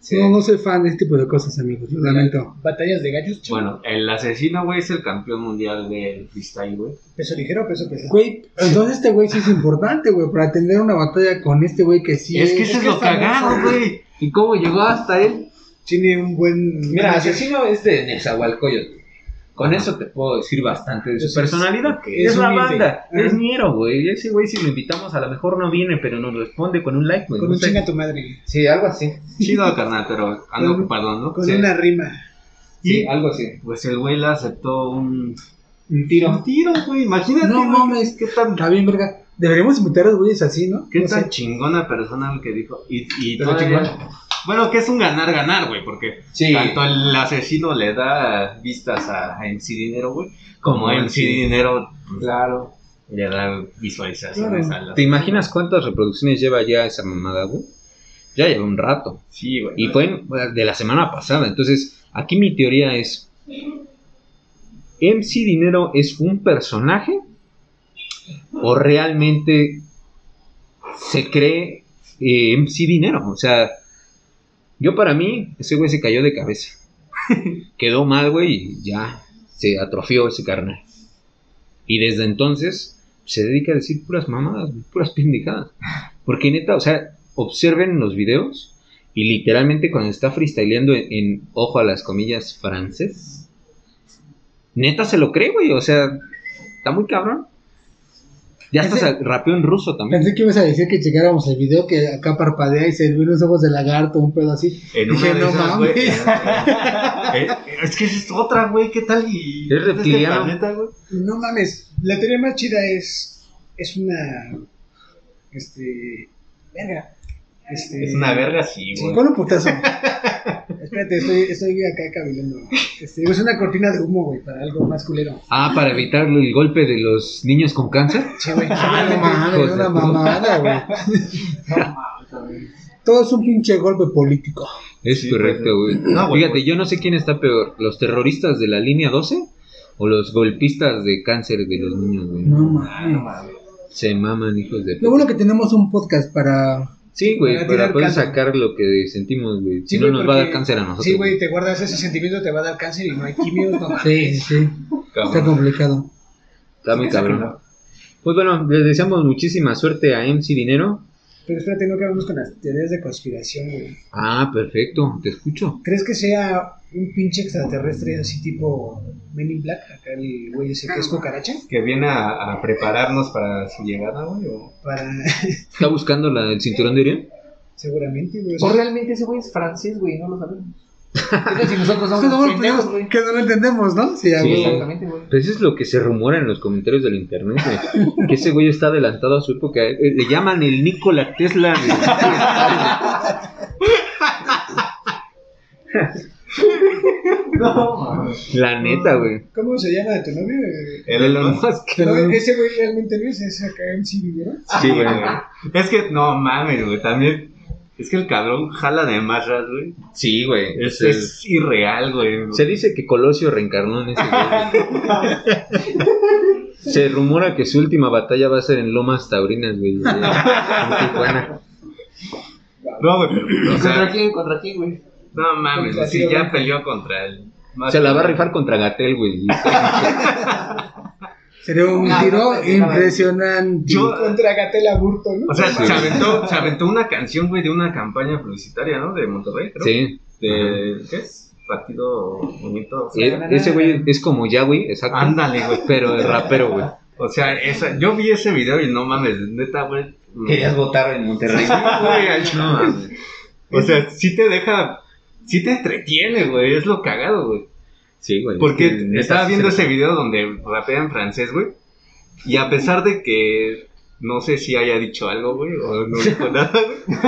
Speaker 3: Sí.
Speaker 4: No, no soy fan de este tipo de cosas, amigos. Lo lamento.
Speaker 5: Batallas de gallos, chavo.
Speaker 7: Bueno, el asesino, güey, es el campeón mundial del freestyle, güey.
Speaker 5: Peso ligero, peso pesado.
Speaker 4: Güey, entonces este güey sí es importante, güey, para atender una batalla con este güey que sí
Speaker 7: es que eso es,
Speaker 5: famoso,
Speaker 7: lo cagado, güey.
Speaker 6: ¿Y cómo llegó hasta él?
Speaker 5: Tiene un buen.
Speaker 3: Mira,
Speaker 5: manager.
Speaker 3: Asesino es de Nezahualcóyotl. Con eso te puedo decir bastante de su
Speaker 5: Es-
Speaker 3: personalidad.
Speaker 5: ok.
Speaker 3: Es,
Speaker 5: Es
Speaker 3: la
Speaker 5: humilde.
Speaker 3: banda,
Speaker 5: Ajá.
Speaker 3: es Niero, güey. Ese güey, si lo invitamos, a lo mejor no viene, pero nos responde con un like, güey.
Speaker 5: Con
Speaker 3: No
Speaker 5: un
Speaker 3: sé.
Speaker 5: chinga tu madre.
Speaker 3: Sí, algo así.
Speaker 7: Chido, carnal, pero ando
Speaker 5: Con-
Speaker 7: ocupado, ¿no?
Speaker 5: Con
Speaker 7: Sí.
Speaker 5: una rima.
Speaker 3: Sí, algo así.
Speaker 7: Pues el güey le aceptó un
Speaker 3: Un tiro.
Speaker 7: tiro, güey. Imagínate. güey,
Speaker 4: No mames.
Speaker 7: qué tan.
Speaker 4: Está bien, verga. Deberíamos invitar a los güeyes así, ¿no?
Speaker 7: Qué
Speaker 4: No
Speaker 7: tan
Speaker 4: sé.
Speaker 7: chingona persona el que dijo. Y, y
Speaker 3: Pero
Speaker 7: todavía-
Speaker 3: chingón.
Speaker 7: Bueno, que es un ganar-ganar, güey, porque
Speaker 3: Sí.
Speaker 7: tanto el asesino le da vistas a, a MC Dinero, güey, como
Speaker 3: Como
Speaker 7: MC
Speaker 3: MC.
Speaker 7: Dinero pues,
Speaker 3: Claro.
Speaker 7: le da visualizaciones
Speaker 4: Claro.
Speaker 7: a la...
Speaker 3: ¿Te imaginas cuántas reproducciones lleva ya esa mamada, güey? Ya lleva un rato.
Speaker 7: Sí, güey.
Speaker 3: Y pues, fue de la semana pasada. Entonces, aquí mi teoría es: ¿MC Dinero es un personaje? ¿O realmente se cree eh, MC Dinero? O sea, yo para mí, ese güey se cayó de cabeza. Quedó mal, güey, y ya se atrofió ese carnal. Y desde entonces se dedica a decir puras mamadas, güey, puras pendejadas. Porque neta, o sea, observen los videos y literalmente cuando está freestyleando en, en, ojo a las comillas, francés, neta se lo cree, güey. O sea, está muy cabrón. Ya hasta
Speaker 4: Ese-
Speaker 3: se rapeó en ruso también.
Speaker 4: Pensé que ibas a decir que checáramos el video que acá parpadea y se ven los ojos de lagarto, un pedo así.
Speaker 7: En una
Speaker 4: Dije,
Speaker 7: de
Speaker 4: "No
Speaker 7: esas, güey,
Speaker 4: mames".
Speaker 7: eh, es que esa es otra, güey. ¿Qué tal? Y,
Speaker 3: Es reptiliano.
Speaker 7: este planeta, güey?
Speaker 5: No mames, la teoría más chida es. Es una. Este. Verga. Este,
Speaker 7: Es una verga, sí,
Speaker 5: Sí,
Speaker 7: güey.
Speaker 5: ponle un putazo. Espérate, estoy, estoy acá cabilando. Este, es una cortina de humo, güey, para algo más culero.
Speaker 3: Ah, para evitar el golpe de los niños con cáncer.
Speaker 5: Sí, güey.
Speaker 4: Ah, no
Speaker 3: hijos
Speaker 4: mames,
Speaker 3: de
Speaker 4: una
Speaker 3: puta.
Speaker 4: mamada, güey. Todo es un pinche golpe político.
Speaker 3: Es
Speaker 7: Sí, pues,
Speaker 3: correcto, güey.
Speaker 7: No, güey,
Speaker 3: Fíjate,
Speaker 7: güey.
Speaker 3: yo no sé quién está peor, los terroristas de la línea 12 o los golpistas de cáncer de los niños, güey.
Speaker 4: No mames.
Speaker 3: Se maman, hijos de...
Speaker 4: Lo
Speaker 3: puta.
Speaker 4: bueno que tenemos un podcast para.
Speaker 3: Sí, güey,
Speaker 5: Para
Speaker 3: para
Speaker 5: tirar
Speaker 3: poder
Speaker 5: cáncer.
Speaker 3: sacar lo que sentimos, güey.
Speaker 5: Sí,
Speaker 3: si no,
Speaker 5: güey,
Speaker 3: nos va a dar
Speaker 5: porque-
Speaker 3: cáncer a nosotros.
Speaker 5: Sí, güey, te guardas ese sentimiento, te va a dar cáncer y no hay quimios, no mames.
Speaker 4: Sí, sí, sí. Está
Speaker 7: cabrón.
Speaker 4: complicado.
Speaker 3: Está muy cabrón. Pues bueno, les deseamos muchísima suerte a MC Dinero.
Speaker 5: Pero espérate, no acabamos con las teorías de conspiración, güey.
Speaker 3: Ah, perfecto, te escucho.
Speaker 5: ¿Crees que sea un pinche extraterrestre así tipo Men in Black? Acá el güey ese que es cucaracha.
Speaker 7: Que viene a, a prepararnos para su llegada, güey. o-
Speaker 5: Para.
Speaker 3: ¿Está buscando la, el cinturón de Orión?
Speaker 5: Seguramente, güey.
Speaker 6: O realmente ese güey es francés, güey, no lo sabemos. ¿Qué tal si nosotros somos
Speaker 4: Que no,
Speaker 6: los pendejos, güey?
Speaker 4: que no lo pues, entendemos, ¿no? Sí, a
Speaker 3: Sí.
Speaker 4: huevo.
Speaker 6: Exactamente, güey.
Speaker 3: Pues es lo que se rumora en los comentarios del internet, güey. que ese güey está adelantado a su época. Eh, Le llaman el Nikola Tesla. de-
Speaker 6: No, mames.
Speaker 3: La neta, güey.
Speaker 5: ¿Cómo se llama tu novio? Eh,
Speaker 7: El Elon Musk.
Speaker 5: no,
Speaker 4: Pero-
Speaker 5: ese güey realmente no es ese acá MC Dinero.
Speaker 7: Sí, güey. Es que, no mames, güey. También. Es que el cabrón jala de masas, güey.
Speaker 3: Sí, güey.
Speaker 7: Es,
Speaker 3: Se-
Speaker 7: es irreal, güey.
Speaker 3: Se dice que Colosio reencarnó en ese güey. güey. Se rumora que su última batalla va a ser en Lomas Taurinas, güey. güey, En Tijuana.
Speaker 7: No, güey. pero, O
Speaker 6: ¿Contra
Speaker 7: sea,
Speaker 6: quién? ¿Contra quién, güey?
Speaker 7: no mames,
Speaker 5: Contra
Speaker 7: güey, si
Speaker 5: Tío
Speaker 7: ya
Speaker 5: Blanco.
Speaker 7: peleó contra él.
Speaker 3: Se la va a rifar contra Gatel, güey.
Speaker 4: Sería un
Speaker 6: No,
Speaker 4: tiro
Speaker 6: no, no, no.
Speaker 4: impresionante.
Speaker 7: Yo,
Speaker 5: Contra Gatela Burto, ¿no?
Speaker 7: o sea, se aventó, se aventó una canción, güey, de una campaña publicitaria, ¿no? De Monterrey, creo.
Speaker 3: Sí.
Speaker 7: De, ¿qué es? Partido Bonito.
Speaker 3: E- Ese güey es como ya, güey. Exacto.
Speaker 7: Ándale, güey.
Speaker 3: Pero es rapero, güey.
Speaker 7: O sea, esa, yo vi ese video y no mames, neta, güey.
Speaker 3: votar en Monterrey.
Speaker 7: Güey, al-
Speaker 3: No, mames.
Speaker 7: O sea, sí te deja, sí te entretiene, güey, es lo cagado, güey.
Speaker 3: Sí, güey.
Speaker 7: Porque
Speaker 3: es que neta
Speaker 7: estaba
Speaker 3: sí
Speaker 7: viendo
Speaker 3: se-
Speaker 7: ese video donde rapea en francés, güey. Y a pesar de que no sé si haya dicho algo, güey, o no dijo nada, güey.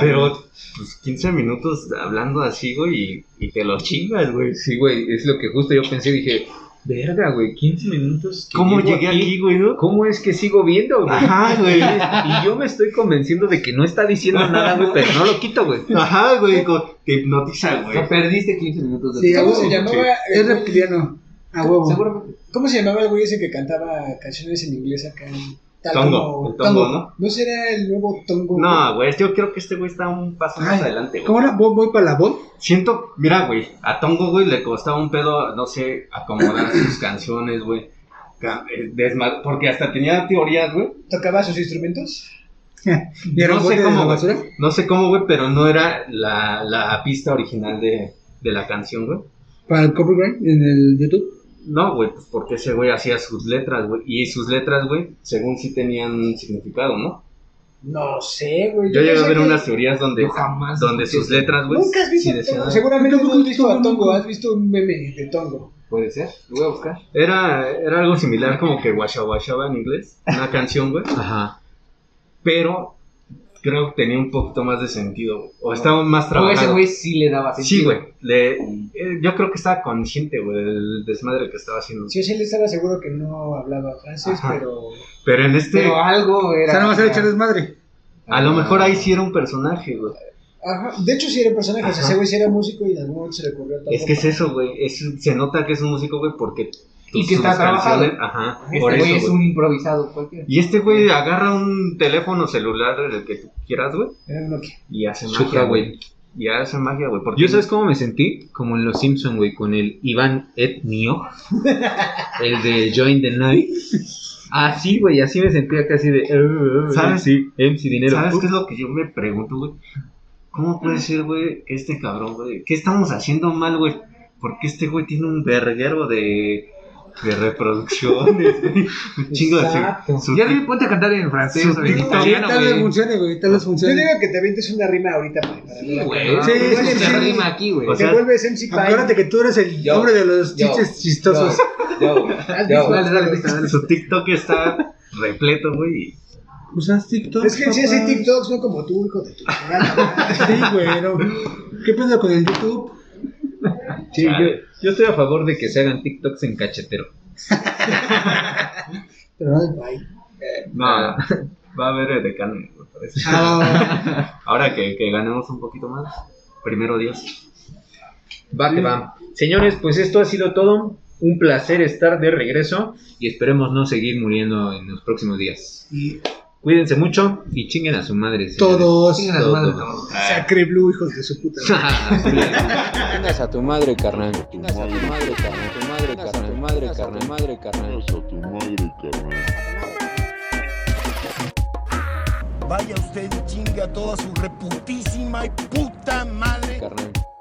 Speaker 7: Pero pues 15 minutos hablando así, güey, y, y te lo chingas, güey.
Speaker 3: Sí, güey. Es lo que justo yo pensé. Dije, verga, güey. 15 minutos. que
Speaker 7: ¿Cómo
Speaker 3: llevo
Speaker 7: llegué aquí, güey, no?
Speaker 3: ¿Cómo es que sigo viendo, güey?
Speaker 7: Ajá, güey.
Speaker 3: Y yo me estoy convenciendo de que no está diciendo nada, güey, pero no lo quito, güey.
Speaker 7: Ajá, güey, co- te hipnotiza, güey.
Speaker 6: Te perdiste 15 minutos de
Speaker 4: Sí, a
Speaker 5: ¿Cómo
Speaker 4: huevo.
Speaker 5: se llamaba?
Speaker 4: Es reptiliano. A huevo.
Speaker 6: Seguramente.
Speaker 5: ¿Cómo se llamaba el güey ese que cantaba canciones en inglés acá? en- Tal
Speaker 7: Tongo,
Speaker 5: como-
Speaker 7: el Tongo, ¿no?
Speaker 5: ¿No será el nuevo Tongo?
Speaker 7: No, güey, yo creo que este güey está un paso más
Speaker 4: Ay,
Speaker 7: adelante, güey.
Speaker 4: ¿Cómo era? ¿Voy, voy para la voz?
Speaker 7: Siento, mira, güey, a Tongo, güey, le costaba un pedo, no sé, acomodar sus canciones, güey. Ca- eh, desma- Porque hasta tenía teorías, güey.
Speaker 5: ¿Tocaba sus instrumentos?
Speaker 4: ¿Vieron
Speaker 7: No
Speaker 4: bote
Speaker 7: sé
Speaker 4: de
Speaker 7: cómo,
Speaker 4: la
Speaker 7: güey.
Speaker 4: basura?
Speaker 7: No sé cómo, güey, pero no era la, la pista original de, de la canción, güey.
Speaker 4: Para el copyright en el YouTube.
Speaker 7: No, güey, pues porque ese güey hacía sus letras, güey. Y sus letras, güey, según sí tenían un significado, ¿no?
Speaker 5: No sé, güey.
Speaker 7: Yo llegué a
Speaker 5: pensé
Speaker 7: ver
Speaker 5: que-
Speaker 7: unas teorías donde,
Speaker 6: Yo jamás
Speaker 7: donde sus letras, güey.
Speaker 5: Nunca has visto
Speaker 7: sí
Speaker 5: a
Speaker 7: decían-
Speaker 5: Tongo. Seguramente
Speaker 4: Nunca
Speaker 5: no has
Speaker 4: he
Speaker 5: visto a
Speaker 4: visto
Speaker 5: Tongo.
Speaker 4: Tongo.
Speaker 5: Has visto un meme de Tongo.
Speaker 7: Puede ser, lo voy a buscar. Era, era algo similar como que Washa Washaba en inglés, una canción, güey.
Speaker 3: Ajá.
Speaker 7: Pero creo que tenía un poquito más de sentido, güey, o estaba más
Speaker 6: O ese
Speaker 7: trabajado.
Speaker 6: güey sí le daba sentido.
Speaker 7: Sí, güey. le- eh, yo creo que estaba consciente, güey, del desmadre que estaba haciendo.
Speaker 5: Sí, o sea, él estaba seguro que no hablaba francés,
Speaker 7: Ajá.
Speaker 5: pero
Speaker 7: Pero en este,
Speaker 6: Pero ah, algo
Speaker 4: O
Speaker 6: era.
Speaker 4: sea, no va a ser echar desmadre.
Speaker 7: a lo mejor ahí sí era un personaje, güey.
Speaker 5: Ajá, de hecho sí era personaje, o sea,
Speaker 7: Ajá.
Speaker 5: ese güey sí era músico y en algún momento se le ocurrió tal
Speaker 7: Es que es eso, güey. Es- se nota que es un músico, güey, porque.
Speaker 6: Y
Speaker 7: tus-
Speaker 6: que está
Speaker 7: sus
Speaker 6: trabajado.
Speaker 7: canciones- Ajá,
Speaker 6: Este
Speaker 7: por
Speaker 6: güey
Speaker 7: eso.
Speaker 6: es
Speaker 7: güey.
Speaker 6: un improvisado cualquiera.
Speaker 7: Y este güey agarra un teléfono celular, el que tú quieras, güey,
Speaker 5: Era un Nokia.
Speaker 7: y hace
Speaker 3: Chuca,
Speaker 7: magia,
Speaker 3: güey.
Speaker 7: güey. Y hace magia, güey. Porque
Speaker 3: Yo sabes cómo me sentí, como en Los Simpson, güey, con el Iván Etnio, el de Join the Night. Así, güey, así me sentía casi de... "Eh,
Speaker 7: ¿Sabes?
Speaker 3: Sí, MC Dinero.
Speaker 7: ¿Sabes
Speaker 3: Uh,
Speaker 7: qué es lo que yo me pregunto, güey? ¿Cómo
Speaker 6: Mm.
Speaker 7: puede ser, güey, que este cabrón, güey? ¿Qué estamos haciendo mal, güey? Porque este güey tiene un verguero de, de reproducciones, güey. Un chingo de
Speaker 5: Exacto.
Speaker 7: su, su
Speaker 6: Ya
Speaker 7: tic-
Speaker 6: le ponte a cantar en francés.
Speaker 7: Su
Speaker 6: güey.
Speaker 7: TikTok.
Speaker 4: Sí,
Speaker 7: Italiano,
Speaker 4: tal vez
Speaker 7: güey.
Speaker 4: funcione, güey, tal vez
Speaker 5: Yo
Speaker 4: funcione.
Speaker 5: digo que te avientes una rima ahorita para, para
Speaker 6: Sí,
Speaker 5: la-
Speaker 6: güey.
Speaker 4: Sí,
Speaker 6: Igual
Speaker 4: sí,
Speaker 6: se
Speaker 4: sí.
Speaker 6: rima aquí, güey.
Speaker 7: O
Speaker 5: Te
Speaker 7: sea,
Speaker 5: vuelves MC
Speaker 4: Acuérdate
Speaker 5: Pine.
Speaker 4: que tú eres el
Speaker 6: Yo,
Speaker 4: hombre de los
Speaker 6: yo,
Speaker 4: chistes chistosos.
Speaker 6: Yo,
Speaker 5: ¿Has visto?
Speaker 6: Dale, dale, pista, dale.
Speaker 7: su TikTok está repleto, güey.
Speaker 4: ¿Usas TikTok?
Speaker 5: Es que sí, sí,
Speaker 4: papá?
Speaker 5: TikToks, no como tú, hijo de tu
Speaker 4: Sí, güey, no. ¿Qué pasa con el YouTube?
Speaker 3: sí, yo, yo estoy a favor de que se hagan TikToks en cachetero.
Speaker 5: Pero no del país.
Speaker 7: No,
Speaker 6: Ah.
Speaker 7: va a haber de carne, me parece.
Speaker 4: Ah,
Speaker 7: Ahora que, que ganemos un poquito más. Primero Dios.
Speaker 3: Va que va. Señores, pues esto ha sido todo. Un placer estar de regreso y esperemos no seguir muriendo en los próximos días.
Speaker 5: Y
Speaker 3: Cuídense mucho y chinguen a su madre. señores.
Speaker 5: todos.
Speaker 6: Chingan a su madre, cabrón.
Speaker 5: Sacre Blue, hijos de su puta.
Speaker 1: Chingas a tu madre, carnal. Chingas a tu madre, carnal. Tu madre, carnal. Tu madre, carnal. Madre, carnal.
Speaker 2: Casa tu madre, carnal.
Speaker 8: Vaya usted y chingue a toda su reputísima y puta madre.
Speaker 1: Carnal.